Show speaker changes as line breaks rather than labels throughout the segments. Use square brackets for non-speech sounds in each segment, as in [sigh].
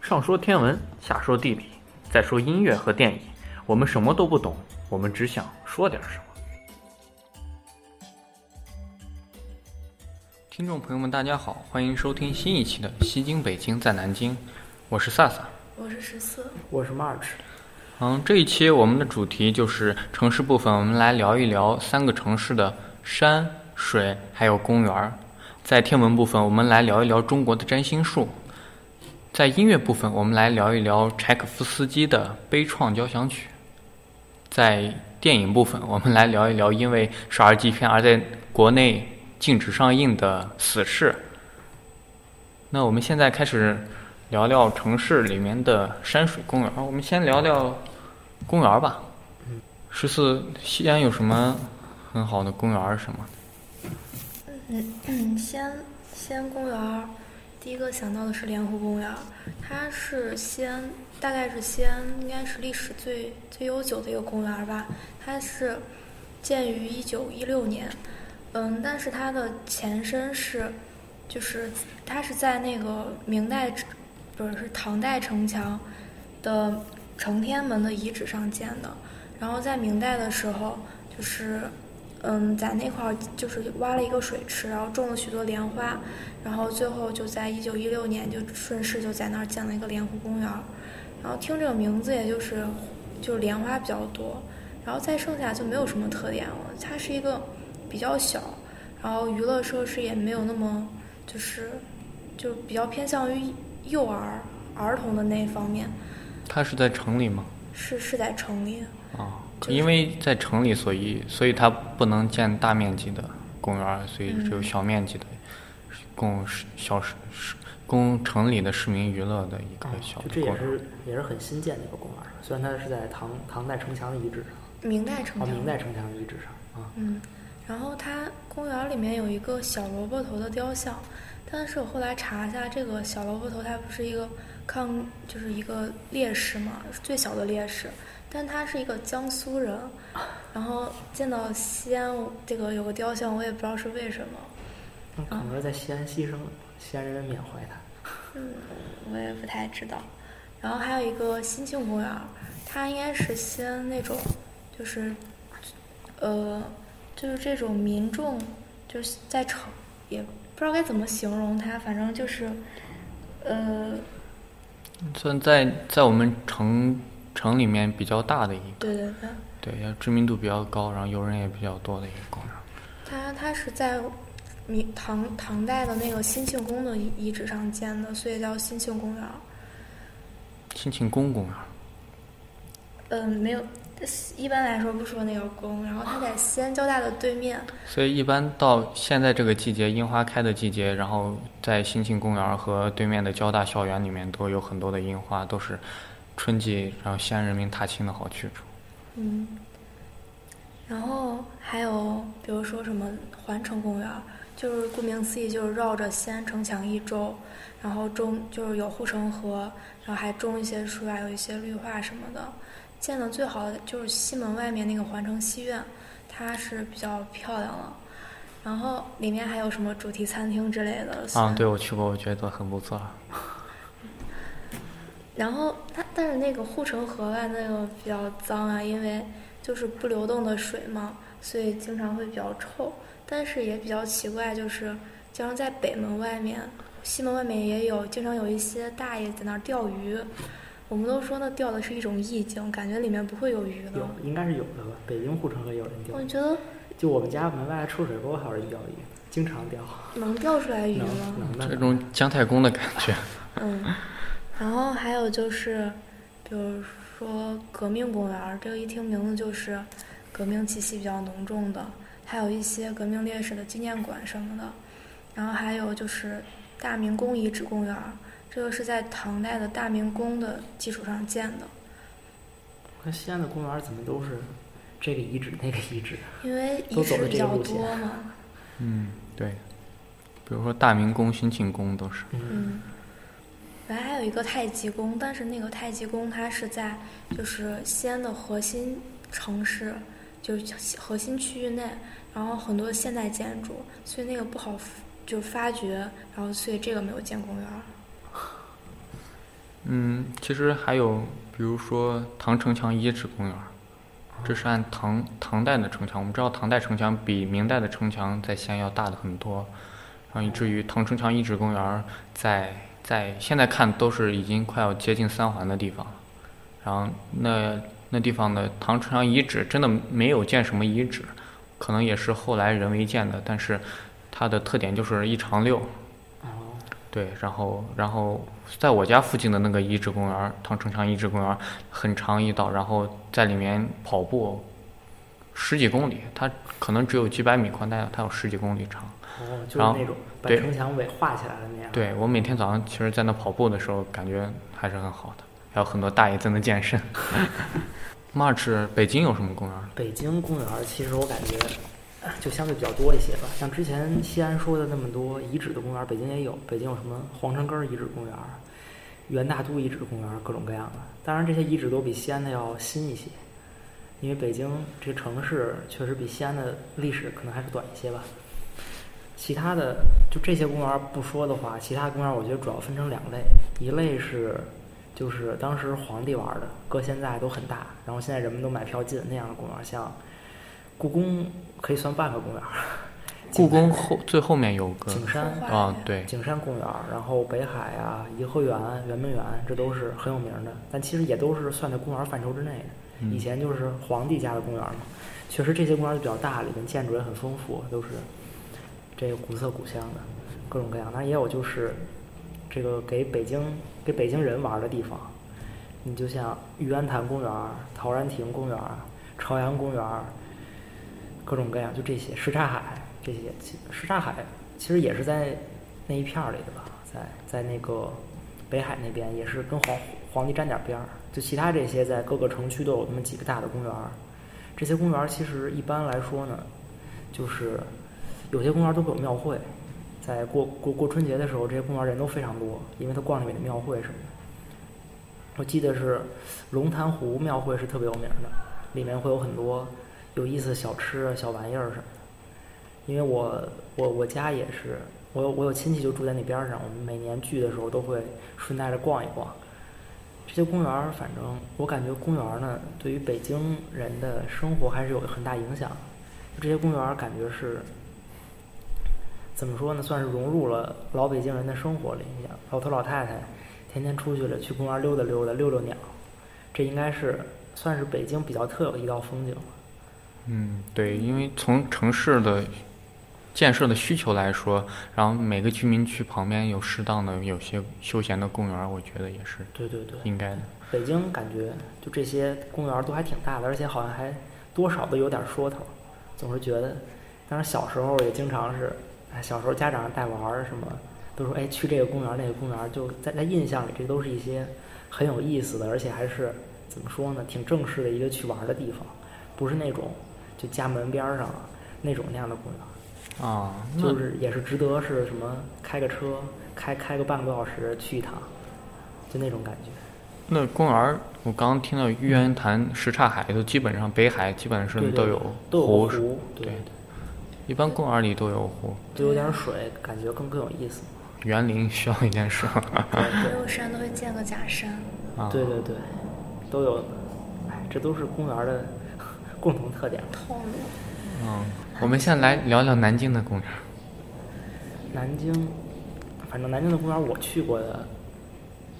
上说天文，下说地理，再说音乐和电影，我们什么都不懂，我们只想说点什么。
听众朋友们，大家好，欢迎收听新一期的《西京北京在南京》，我是萨萨。
我是十四，
我是 March，
嗯，这一期我们的主题就是城市部分，我们来聊一聊三个城市的山水还有公园儿。在天文部分，我们来聊一聊中国的占星术。在音乐部分，我们来聊一聊柴可夫斯基的《悲怆交响曲》。在电影部分，我们来聊一聊因为少儿级片而在国内禁止上映的《死侍》。那我们现在开始聊聊城市里面的山水公园。我们先聊聊公园吧。十四，西安有什么很好的公园儿什么？
嗯，西安西安公园儿，第一个想到的是莲湖公园儿，它是西安，大概是西安应该是历史最最悠久的一个公园儿吧。它是建于一九一六年，嗯，但是它的前身是，就是它是在那个明代城不是是唐代城墙的承天门的遗址上建的。然后在明代的时候，就是嗯，在那块儿就是挖了一个水池，然后种了许多莲花，然后最后就在一九一六年就顺势就在那儿建了一个莲湖公园儿。然后听这个名字，也就是就是莲花比较多，然后再剩下就没有什么特点了。它是一个比较小，然后娱乐设施也没有那么就是就比较偏向于幼儿儿童的那一方面，
它是在城里吗？
是是在城里。
啊，
就是
因为在城里，所以所以它不能建大面积的公园儿，所以只有
嗯
小面积的，供市小市市供城里的市民娱乐的一个哎小
啊就
的
这
公园
也
儿。
是也是很新建的一个公园儿，虽然它是在唐唐代城墙的遗址上，
明代城
啊，
墙。
明代城墙的遗址上啊，
嗯，然后它公园里面有一个小萝卜头的雕像，但是我后来查一下，这个小萝卜头它不是一个抗，就是一个烈士嘛，是最小的烈士，但他是一个江苏人。然后见到西安这个有个雕像，我也不知道是为什么，
那可能是在西安牺牲了，西安人民缅怀他，
嗯，我也不太知道。然后还有一个新庆公园儿，它应该是西安那种，就是，呃，就是这种民众就是在城，也不知道该怎么形容它，反正就是，呃，
虽然在在我们城城里面比较大的一个，
对对对，
对，要知名度比较高，然后游人也比较多的一个公园儿。
它它是在明唐唐代的那个新庆宫的遗遗址上建的，所以叫新庆公园儿。
新庆宫公园儿，
嗯，没有，一般来说不说那个宫，然后它在西安交大的对面。
所以一般到现在这个季节，樱花开的季节，然后在新庆公园儿和对面的交大校园里面都有很多的樱花，都是春季，然后西安人民踏青的好去处。
嗯，然后还有比如说什么环城公园儿，就是顾名思义就是绕着西安城墙一周，然后种就是有护城河，然后还种一些树啊，有一些绿化什么的。建的最好的就是西门外面那个环城西苑，它是比较漂亮了。然后里面还有什么主题餐厅之类的。
啊，对，我去过，我觉得很不错。啊
然后它，但是那个护城河吧，那个比较脏啊，因为就是不流动的水嘛，所以经常会比较臭。但是也比较奇怪，就是经常在北门外面、西门外面也有，经常有一些大爷在那儿钓鱼。我们都说那钓的是一种意境，感觉里面不会有鱼的
有。应该是有的吧？北京护城河也有人钓
我，觉得
就我们家门外臭水沟还有人钓鱼，经常钓，
能钓出来鱼
能
吗？
能的。
这种姜太公的感觉，
嗯，然后还有就是，比如说革命公园儿，这个一听名字就是革命气息比较浓重的，还有一些革命烈士的纪念馆什么的。然后还有就是大明宫遗址公园儿，这个是在唐代的大明宫的基础上建的，
我看西安的公园儿怎么都是这个遗址那个遗址，啊
因为遗
都走
址
了
比
这个
较
路线
多
[laughs]
嘛。
嗯，对，比如说大明宫、新庆宫都是。
嗯，
嗯，本来还有一个太极宫，但是那个太极宫它是在就是西安的核心城市，就是核心区域内，然后很多现代建筑，所以那个不好 f- 就发掘，然后所以这个没有建公园儿。
嗯，其实还有比如说唐城墙遗址公园儿，这是按唐唐代的城墙，我们知道唐代城墙比明代的城墙在西安要大的很多，然后以至于唐城墙遗址公园儿在在现在看都是已经快要接近三环的地方了，然后那那地方的唐城墙遗址真的没有建什么遗址，可能也是后来人为建的，但是它的特点就是一长六，
哦，
对，然后然后在我家附近的那个遗址公园儿，唐城墙遗址公园儿很长一道，然后在里面跑步十几公里，它可能只有几百米宽，但它有十几公里长。
哦，就是
然后
那种把
对
城墙给画起来了那样。
对我每天早上其实在那跑步的时候，感觉还是很好的，还有很多大爷在那健身。March 北京有什么公园儿？
北京公园儿其实我感觉呃就相对比较多一些吧，像之前西安说的那么多遗址的公园儿，北京也有。北京有什么皇城根儿遗址公园儿、元大都遗址公园儿，各种各样的。当然，这些遗址都比西安的要新一些，因为北京这个城市确实比西安的历史可能还是短一些吧。其他的就这些公园儿不说的话，其他公园儿我觉得主要分成两类，一类是就是当时皇帝玩的，搁现在都很大，然后现在人们都买票进那样的公园儿，像故宫可以算半个公园儿，
故宫后最后面有个
景山
后花
啊
园，
对，
景山公园儿，然后北海啊、颐和园、圆明园，这都是很有名的，但其实也都是算在公园儿范畴之内的。
嗯
以前就是皇帝家的公园儿嘛，确实这些公园儿就比较大，里面建筑也很丰富，都是这个古色古香的，各种各样。那也有就是这个给北京给北京人玩儿的地方，你就像玉渊潭公园儿、陶然亭公园儿、朝阳公园儿，各种各样，就这些什刹海这些，其什刹海其实也是在那一片儿里的吧，在在那个北海那边也是跟皇皇帝沾点边儿，就其他这些在各个城区都有那么几个大的公园儿，这些公园儿其实一般来说呢，就是有些公园儿都会有庙会，在过过过春节的时候，这些公园儿人都非常多，因为他逛里面的庙会什么的。我记得是龙潭湖庙会是特别有名的，里面会有很多有意思的小吃、啊、小玩意儿什么的。因为我我我家也是，我有我有亲戚就住在那边儿上，我们每年聚的时候都会顺带着逛一逛。这些公园儿，反正我感觉公园儿呢，对于北京人的生活还是有很大影响。这些公园儿感觉是怎么说呢，算是融入了老北京人的生活里。你想，老头老太太天天出去了，去公园溜达溜达，遛遛鸟，这应该是算是北京比较特有的一道风景了。
嗯，对，因为从城市的建设的需求来说，然后每个居民区旁边有适当的有些休闲的公园儿，我觉得也是
对对对，
应该的。
北京感觉就这些公园都还挺大的，而且好像还多少都有点说头，总是觉得，当然小时候也经常是，哎，小时候家长带玩儿什么，都说哎去这个公园儿那个公园儿，就在在印象里这都是一些很有意思的，而且还是怎么说呢，挺正式的一个去玩儿的地方，不是那种就家门边儿上啊那种那样的公园儿。
啊，那
就是也是值得是什么开个车开开个半个多小时去一趟，就那种感觉。
那公园儿，我刚刚听到玉渊潭、什刹海都基本上北海基本上
对对
都有
都有
湖，
湖，
嗯对
对，
一般公园儿里都有湖，
就有点水，感觉更更有意思。
园林需要一点 [laughs] 水。嗯
没有山都会建个假山。
啊，
对对对，都有，哎，这都是公园的 [laughs] 共同特点。
套路。
嗯，我们现在来聊聊南京的公园儿。
南京，反正南京的公园我去过的，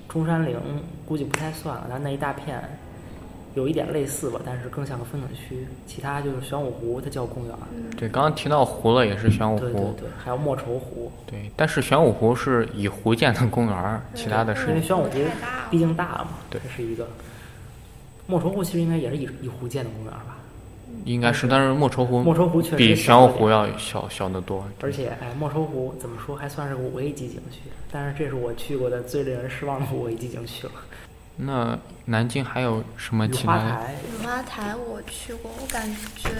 中山陵估计不太算了，但那一大片有一点类似吧，但是更像个风景区。其他就是玄武湖，它叫公园儿，
对，刚刚提到湖了，也是玄武湖。
对对对，还有莫愁湖，
对，但是玄武湖是以湖建的公园儿，其他的
嗯
是
因为玄武湖
太大了
毕竟大了嘛，
对
这是一个。莫愁湖其实应该也是以以湖建的公园吧，
应该是，但是莫愁湖
莫愁湖确实
比玄
小
武
一点
湖要小小得多。
而且哎，莫愁湖怎么说还算是个五 A 级景区，但是这是我去过的最令人失望的五 A 级景区了。
那南京还有什么
雨
其
花
他？
台，
雨花台我去过，我感觉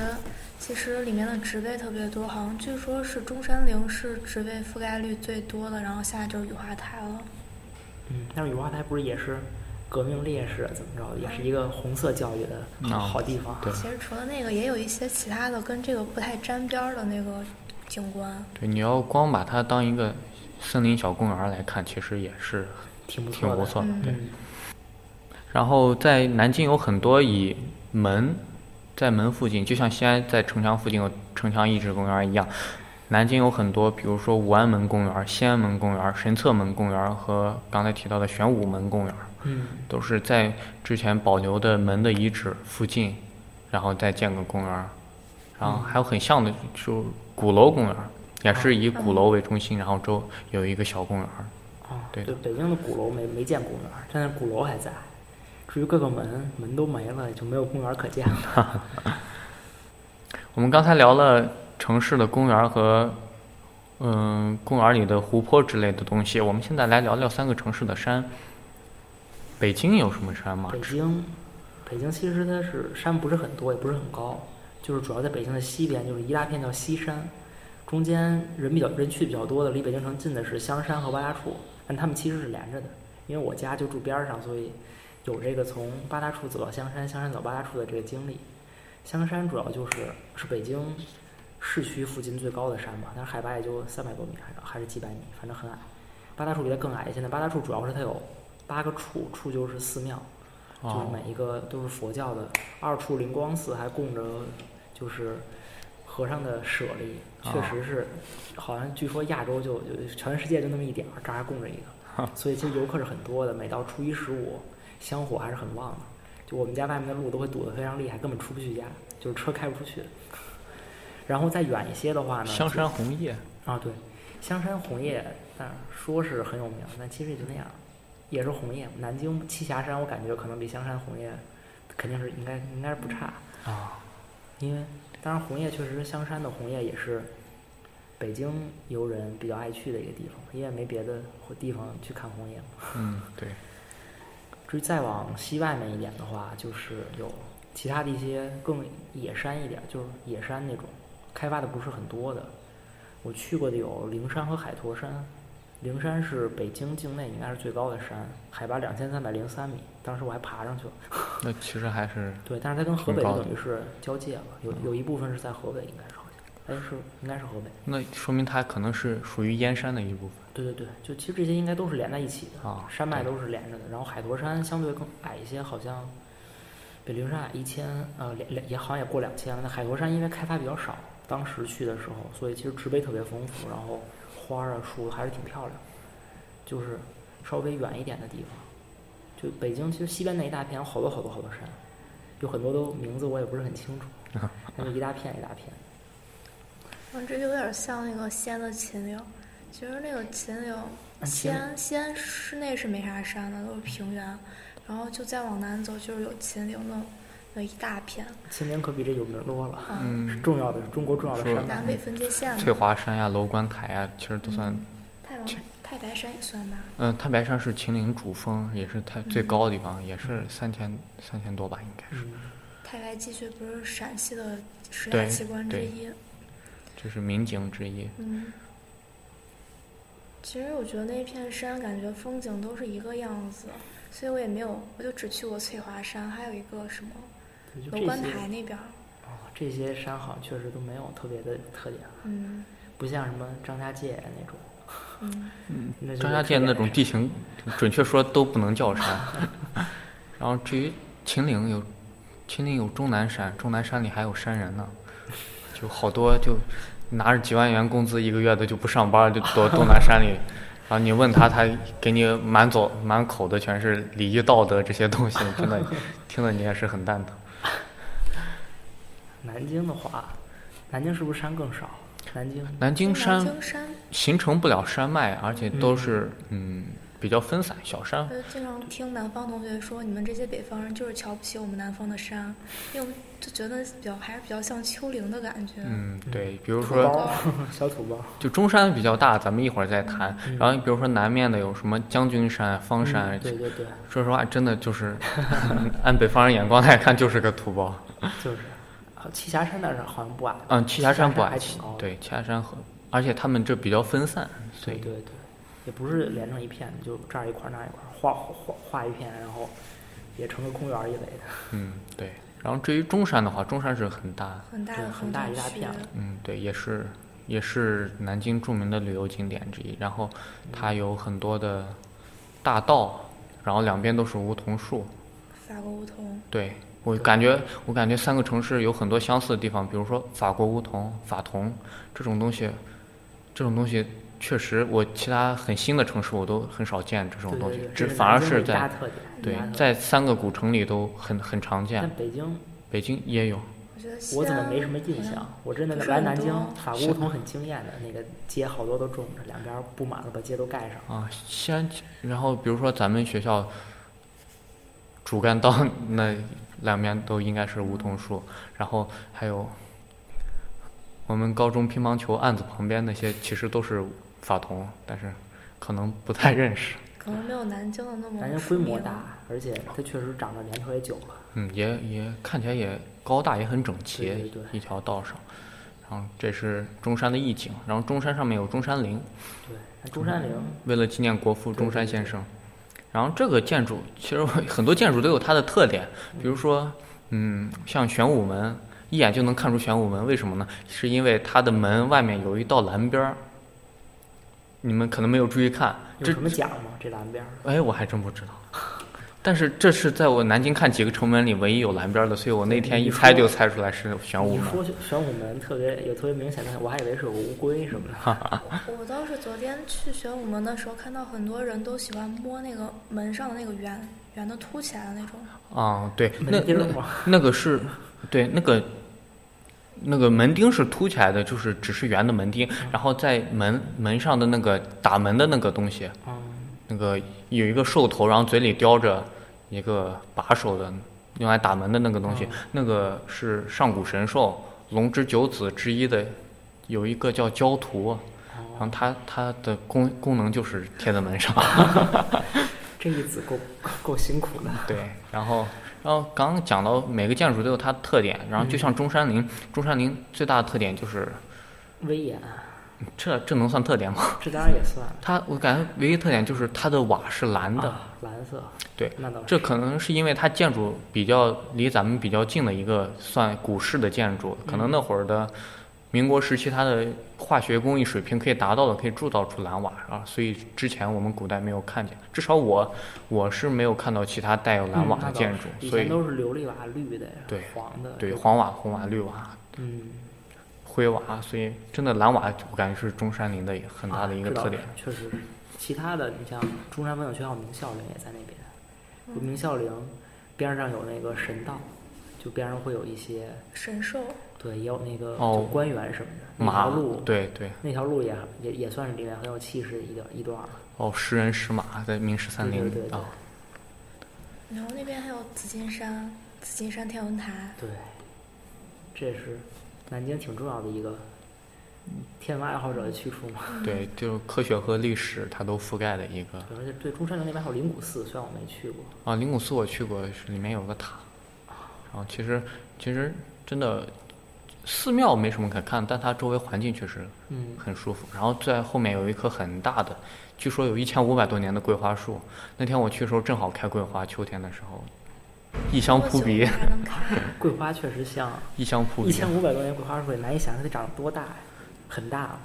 其实里面的植被特别多，好像据说是中山陵是植被覆盖率最多的，然后下来就是雨花台了。
嗯，但是雨花台不是也是革命烈士怎么着，也是一个红色教育的好,、
嗯
好地方。
对
其实除了那个，也有一些其他的跟这个不太沾边儿的那个景观。
对，你要光把它当一个森林小公园儿来看，其实也是
挺不
挺
错的，
不错的。
嗯，
嗯，
然后在南京有很多以门，在门附近，就像西安在城墙附近有城墙遗址公园一样，南京有很多，比如说武安门公园、西安门公园、神策门公园和刚才提到的玄武门公园，
嗯，
都是在之前保留的门的遗址附近，然后再建个公园儿，然后还有很像的就鼓楼公园儿，也是以鼓楼为中心，然后周有一个小公园儿。
啊，
对的
北京的鼓楼没没见公园，但是鼓楼还在。至于各个门，门都没了，就没有公园可见了。
我们刚才聊了城市的公园儿和，嗯、公园儿里的湖泊之类的东西。我们现在来聊聊三个城市的山。北京有什么山吗
北？京，北京其实它是山不是很多，也不是很高，就是主要在北京的西边，就是一大片叫西山，中间人比较人去比较多的，离北京城近的是香山和八大处，但它们其实是连着的。因为我家就住边儿上，所以有这个从八大处走到香山，香山走八大处的这个经历。香山主要就是是北京市区附近最高的山嘛，但是海拔也就三百多米，还是还是几百米，反正很矮。八大处比它更矮一些，那八大处主要是它有八个处，处就是寺庙，就是
哦
每一个都是佛教的。二处灵光寺还供着就是和尚的舍利，确
哦
实是，好像据说亚洲就就全世界就那么一点儿，这儿还供着一个，所以其实游客是很多的。每到初一十五，香火还是很旺的。就我们家外面的路都会堵得非常厉害，根本出不去家，就是车开不出去。然后再远一些的话呢，
香山红叶。
啊，对，香山红叶，但说是很有名，但其实也就那样，也是红叶。南京栖霞山，我感觉可能比香山红叶肯定是应该应该是不差
啊，
因为当然红叶确实香山的红叶也是北京游人比较爱去的一个地方，因为没别的地方去看红叶嘛。
嗯，对，
至于再往西外面一点的话，就是有其他的一些更野山一点，就是野山那种开发的不是很多的。我去过的有灵山和海坨山，灵山是北京境内应该是最高的山，海拔两千三百零三米，当时我还爬上去了。
那其实还是
对，但是它跟河北
挺高
就
的
等于是交界了，有有一部分是在河北，应该是好像，哎是应该是河北。
那说明它可能是属于燕山的一部分
对对对，就其实这些应该都是连在一起的。
啊。
山脉
对
都是连着的，然后海坨山相对更矮一些，好像比灵山矮一千，呃，两两也好像也过两千了。那海坨山因为开发比较少，当时去的时候，所以其实植被特别丰富，然后花儿啊树还是挺漂亮。就是稍微远一点的地方，就北京其实西边那一大片有好多好多好多山，有很多都名字我也不是很
[laughs]
清楚，那就一大片一大片。
我嗯这有点像那个西安的秦岭，其实那个秦岭，
啊
那
西
秦岭
安西安市内是没啥山的，都是平原，然后就再往南走就是有秦岭的那一大片，
秦岭可比这有名多了，
啊，
是
嗯，
重要的是中国重要的
说
山脉。
南北分界线
翠
嘛，
华山呀、楼观凯呀，其实都算。
嗯太王太白山也算吧，
嗯、太白山是秦岭主峰，也是它最
嗯
高的地方，也是三千三千多吧，应该是。
嗯，
太白积雪不是陕西的十大
对
奇观之
对
一，
这是民警之一。
嗯，其实我觉得那片山感觉风景都是一个样子，所以我也没有，我就只去过翠华山，还有一个什么
就
楼
这
观
些
台那边儿，
哦，这些山好像确实都没有特别的特点，啊
嗯
不像什么张家界啊那种。
嗯，
那就
张
是
家界
特别
那种地形，准确说都不能叫
[laughs]
山。然后至于秦岭有，秦岭有终南山，终南山里还有山人呢，就好多就拿着几万元工资一个月的就不上班，就躲终南
[laughs]
山里。然后你问他，他给你满走满口的全是礼仪道德这些东西，真
[laughs]
的听得你也是很蛋疼。
南京的话，南京是不是山更少？南京
南京
南
山
京山，
形成不了山脉，而且都是嗯比较分散小山
我就呃经常听南方同学说，你们这些北方人就是瞧不起我们南方的山，因为我们就觉得比较还是比较像丘陵的感觉，
嗯，对，比如
土
说
包 [laughs] 小土包，
就中山比较大，咱们一会儿再谈。
嗯
然后比如说南面的有什么将军山、方山，
嗯对对对，
说实话，真的就是 [laughs] 按北方人眼光来看，就是个土包。 [laughs]
就是。啊栖霞山那儿好像不矮，
嗯，栖霞山不
栖霞山还
矮
挺高的，
嗯对，栖霞山和，而且他们这比较分散，所
对
以
对对，也不是连成一片，就这儿一块儿那儿一块儿画画画一片，然后也成个公园儿一类的。
嗯对。然后至于中山的话，中山是很大，
很大
对
的
很
红
大
灯
一大
区
片儿
嗯对，也是也是南京著名的旅游景点之一。然后它有很多的大道，然后两边都是梧桐树。
法国梧桐，
对我感觉，我感觉三个城市有很多相似的地方，比如说法国梧桐、法桐这种东西，这种东西确实我其他很新的城市我都很少见这种
对
东
对
西
对，，
只
这
反而
南
是
京的嗯一大
在
特点。一
对
大特点
在三个古城里都很很常见
但，北京
北京也有。
我觉得西安
我怎么没什么印
好
象
像？
我真的
不是
来
很
南京
多，
法国梧桐很惊艳的，那个街好多都种着，两边布满了，把街都盖上。
啊，西安，然后比如说咱们学校主干道那两边都应该是梧桐树，然后还有我们高中乒乓球案子旁边那些其实都是法桐，但是可能不太认识。
可能没有南京嗯的那么
南京规
出
模
名
大，而且它确实长得年头也久了。
嗯，也也看起来也高大，也很整齐，
对对对
一条道上。然后这是中山的意境，然后中山上面有中山陵，
对，那中山陵，
为了纪念国父
对
中
对
山
对
先生。然后这个建筑其实我很多建筑都有它的特点，比如说，嗯，像玄武门，一眼就能看出玄武门，为什么呢？是因为它的门外面有一道栏边儿。你们可能没有注意看，
有
这
什么讲吗？这南边儿
哎，我还真不知道。但是这是在我南京看几个城门里唯一有栏边儿的，所以我那天
你
一
说
猜就猜出来是玄武
你
门。
说玄武门特别有特别明显的，我还以为是有个乌龟什么的。
我倒是昨天去玄武门的时候，看到很多人都喜欢摸那个门上的那个圆圆的凸起来的那种，
啊，对，那
门钉
那
儿吗？
那个是，对，那个那个门钉是凸起来的，就是只是圆的门钉，然后在门门上的那个打门的那个东西，
嗯，
那个有一个兽头，然后嘴里叼着一个把手的用来打门的那个东西，
嗯
那个是上古神兽龙之九子之一的，有一个叫焦图，然后
哦，
它它的功功能就是贴在门上。
这一子够够辛苦的。
对，然后，然后刚刚讲到每个建筑都有它的特点，然后
嗯
就像中山陵，中山陵最大的特点就是，
威严，啊
这这能算特点吗？ [laughs]
这当然也算
它我感觉唯一特点就是它的瓦是蓝的，
啊，蓝色。
对，
那倒是。
这可能是因为它建筑比较离咱们比较近的一个算古式的建筑，可
嗯
能那会儿的民国时期它的化学工艺水平可以达到的，可以铸造出蓝瓦啊，所以之前我们古代没有看见，至少我我是没有看到其他带有蓝
嗯
瓦
那
的
倒
建
是
筑，
以
所
前
以
都是琉璃瓦，绿的呀，
对
黄的，
对
有
黄瓦、红瓦、绿瓦
嗯，
灰瓦，所以真的蓝瓦我感觉是中山陵的很大的一个
啊
特点。，
这倒是确实。其他的，你像中山文友学校明孝陵也在那边，有明孝陵边上有那个神道，就边上会有一些，
神兽。
对，也有那个
哦
就官员什么的，那
马
条路，，
对对，
那条路也也也算是里面很有气势的一段一段了。
哦，石人石马在明十三陵
对对对对
啊，
然后那边还有紫金山、紫金山天文台，
对，这是南京挺重要的一个天文爱好者的去处嘛。
对，就是科学和历史它都覆盖的一个
而且对中山陵那边还有灵谷寺，虽然我没去过，
啊。灵谷寺我去过，是里面有个塔，然后其实其实真的寺庙没什么可看，但它周围环境确实
嗯，
很舒服。然后在后面有一棵很大的，据说有一千五百多年的桂花树。那天我去的时候正好开桂花，秋天的时候，异香扑
多
鼻
久，还能开。
桂花确实像。
异香扑
一
鼻，
千五百多年桂花树，也难以想象它长得多大呀，很大嘛。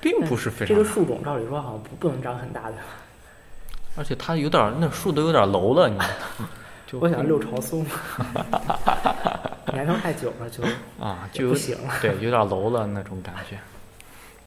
并不是非
嗯这
常
个
大，
树种照理说好像不不能长很大的。
而且它有点儿那树都有点儿楼了，你知道吗就
我想六朝松，
[laughs]
年头太久了就
啊，就
也
有
不行了。
啊对有点儿楼了那种感觉。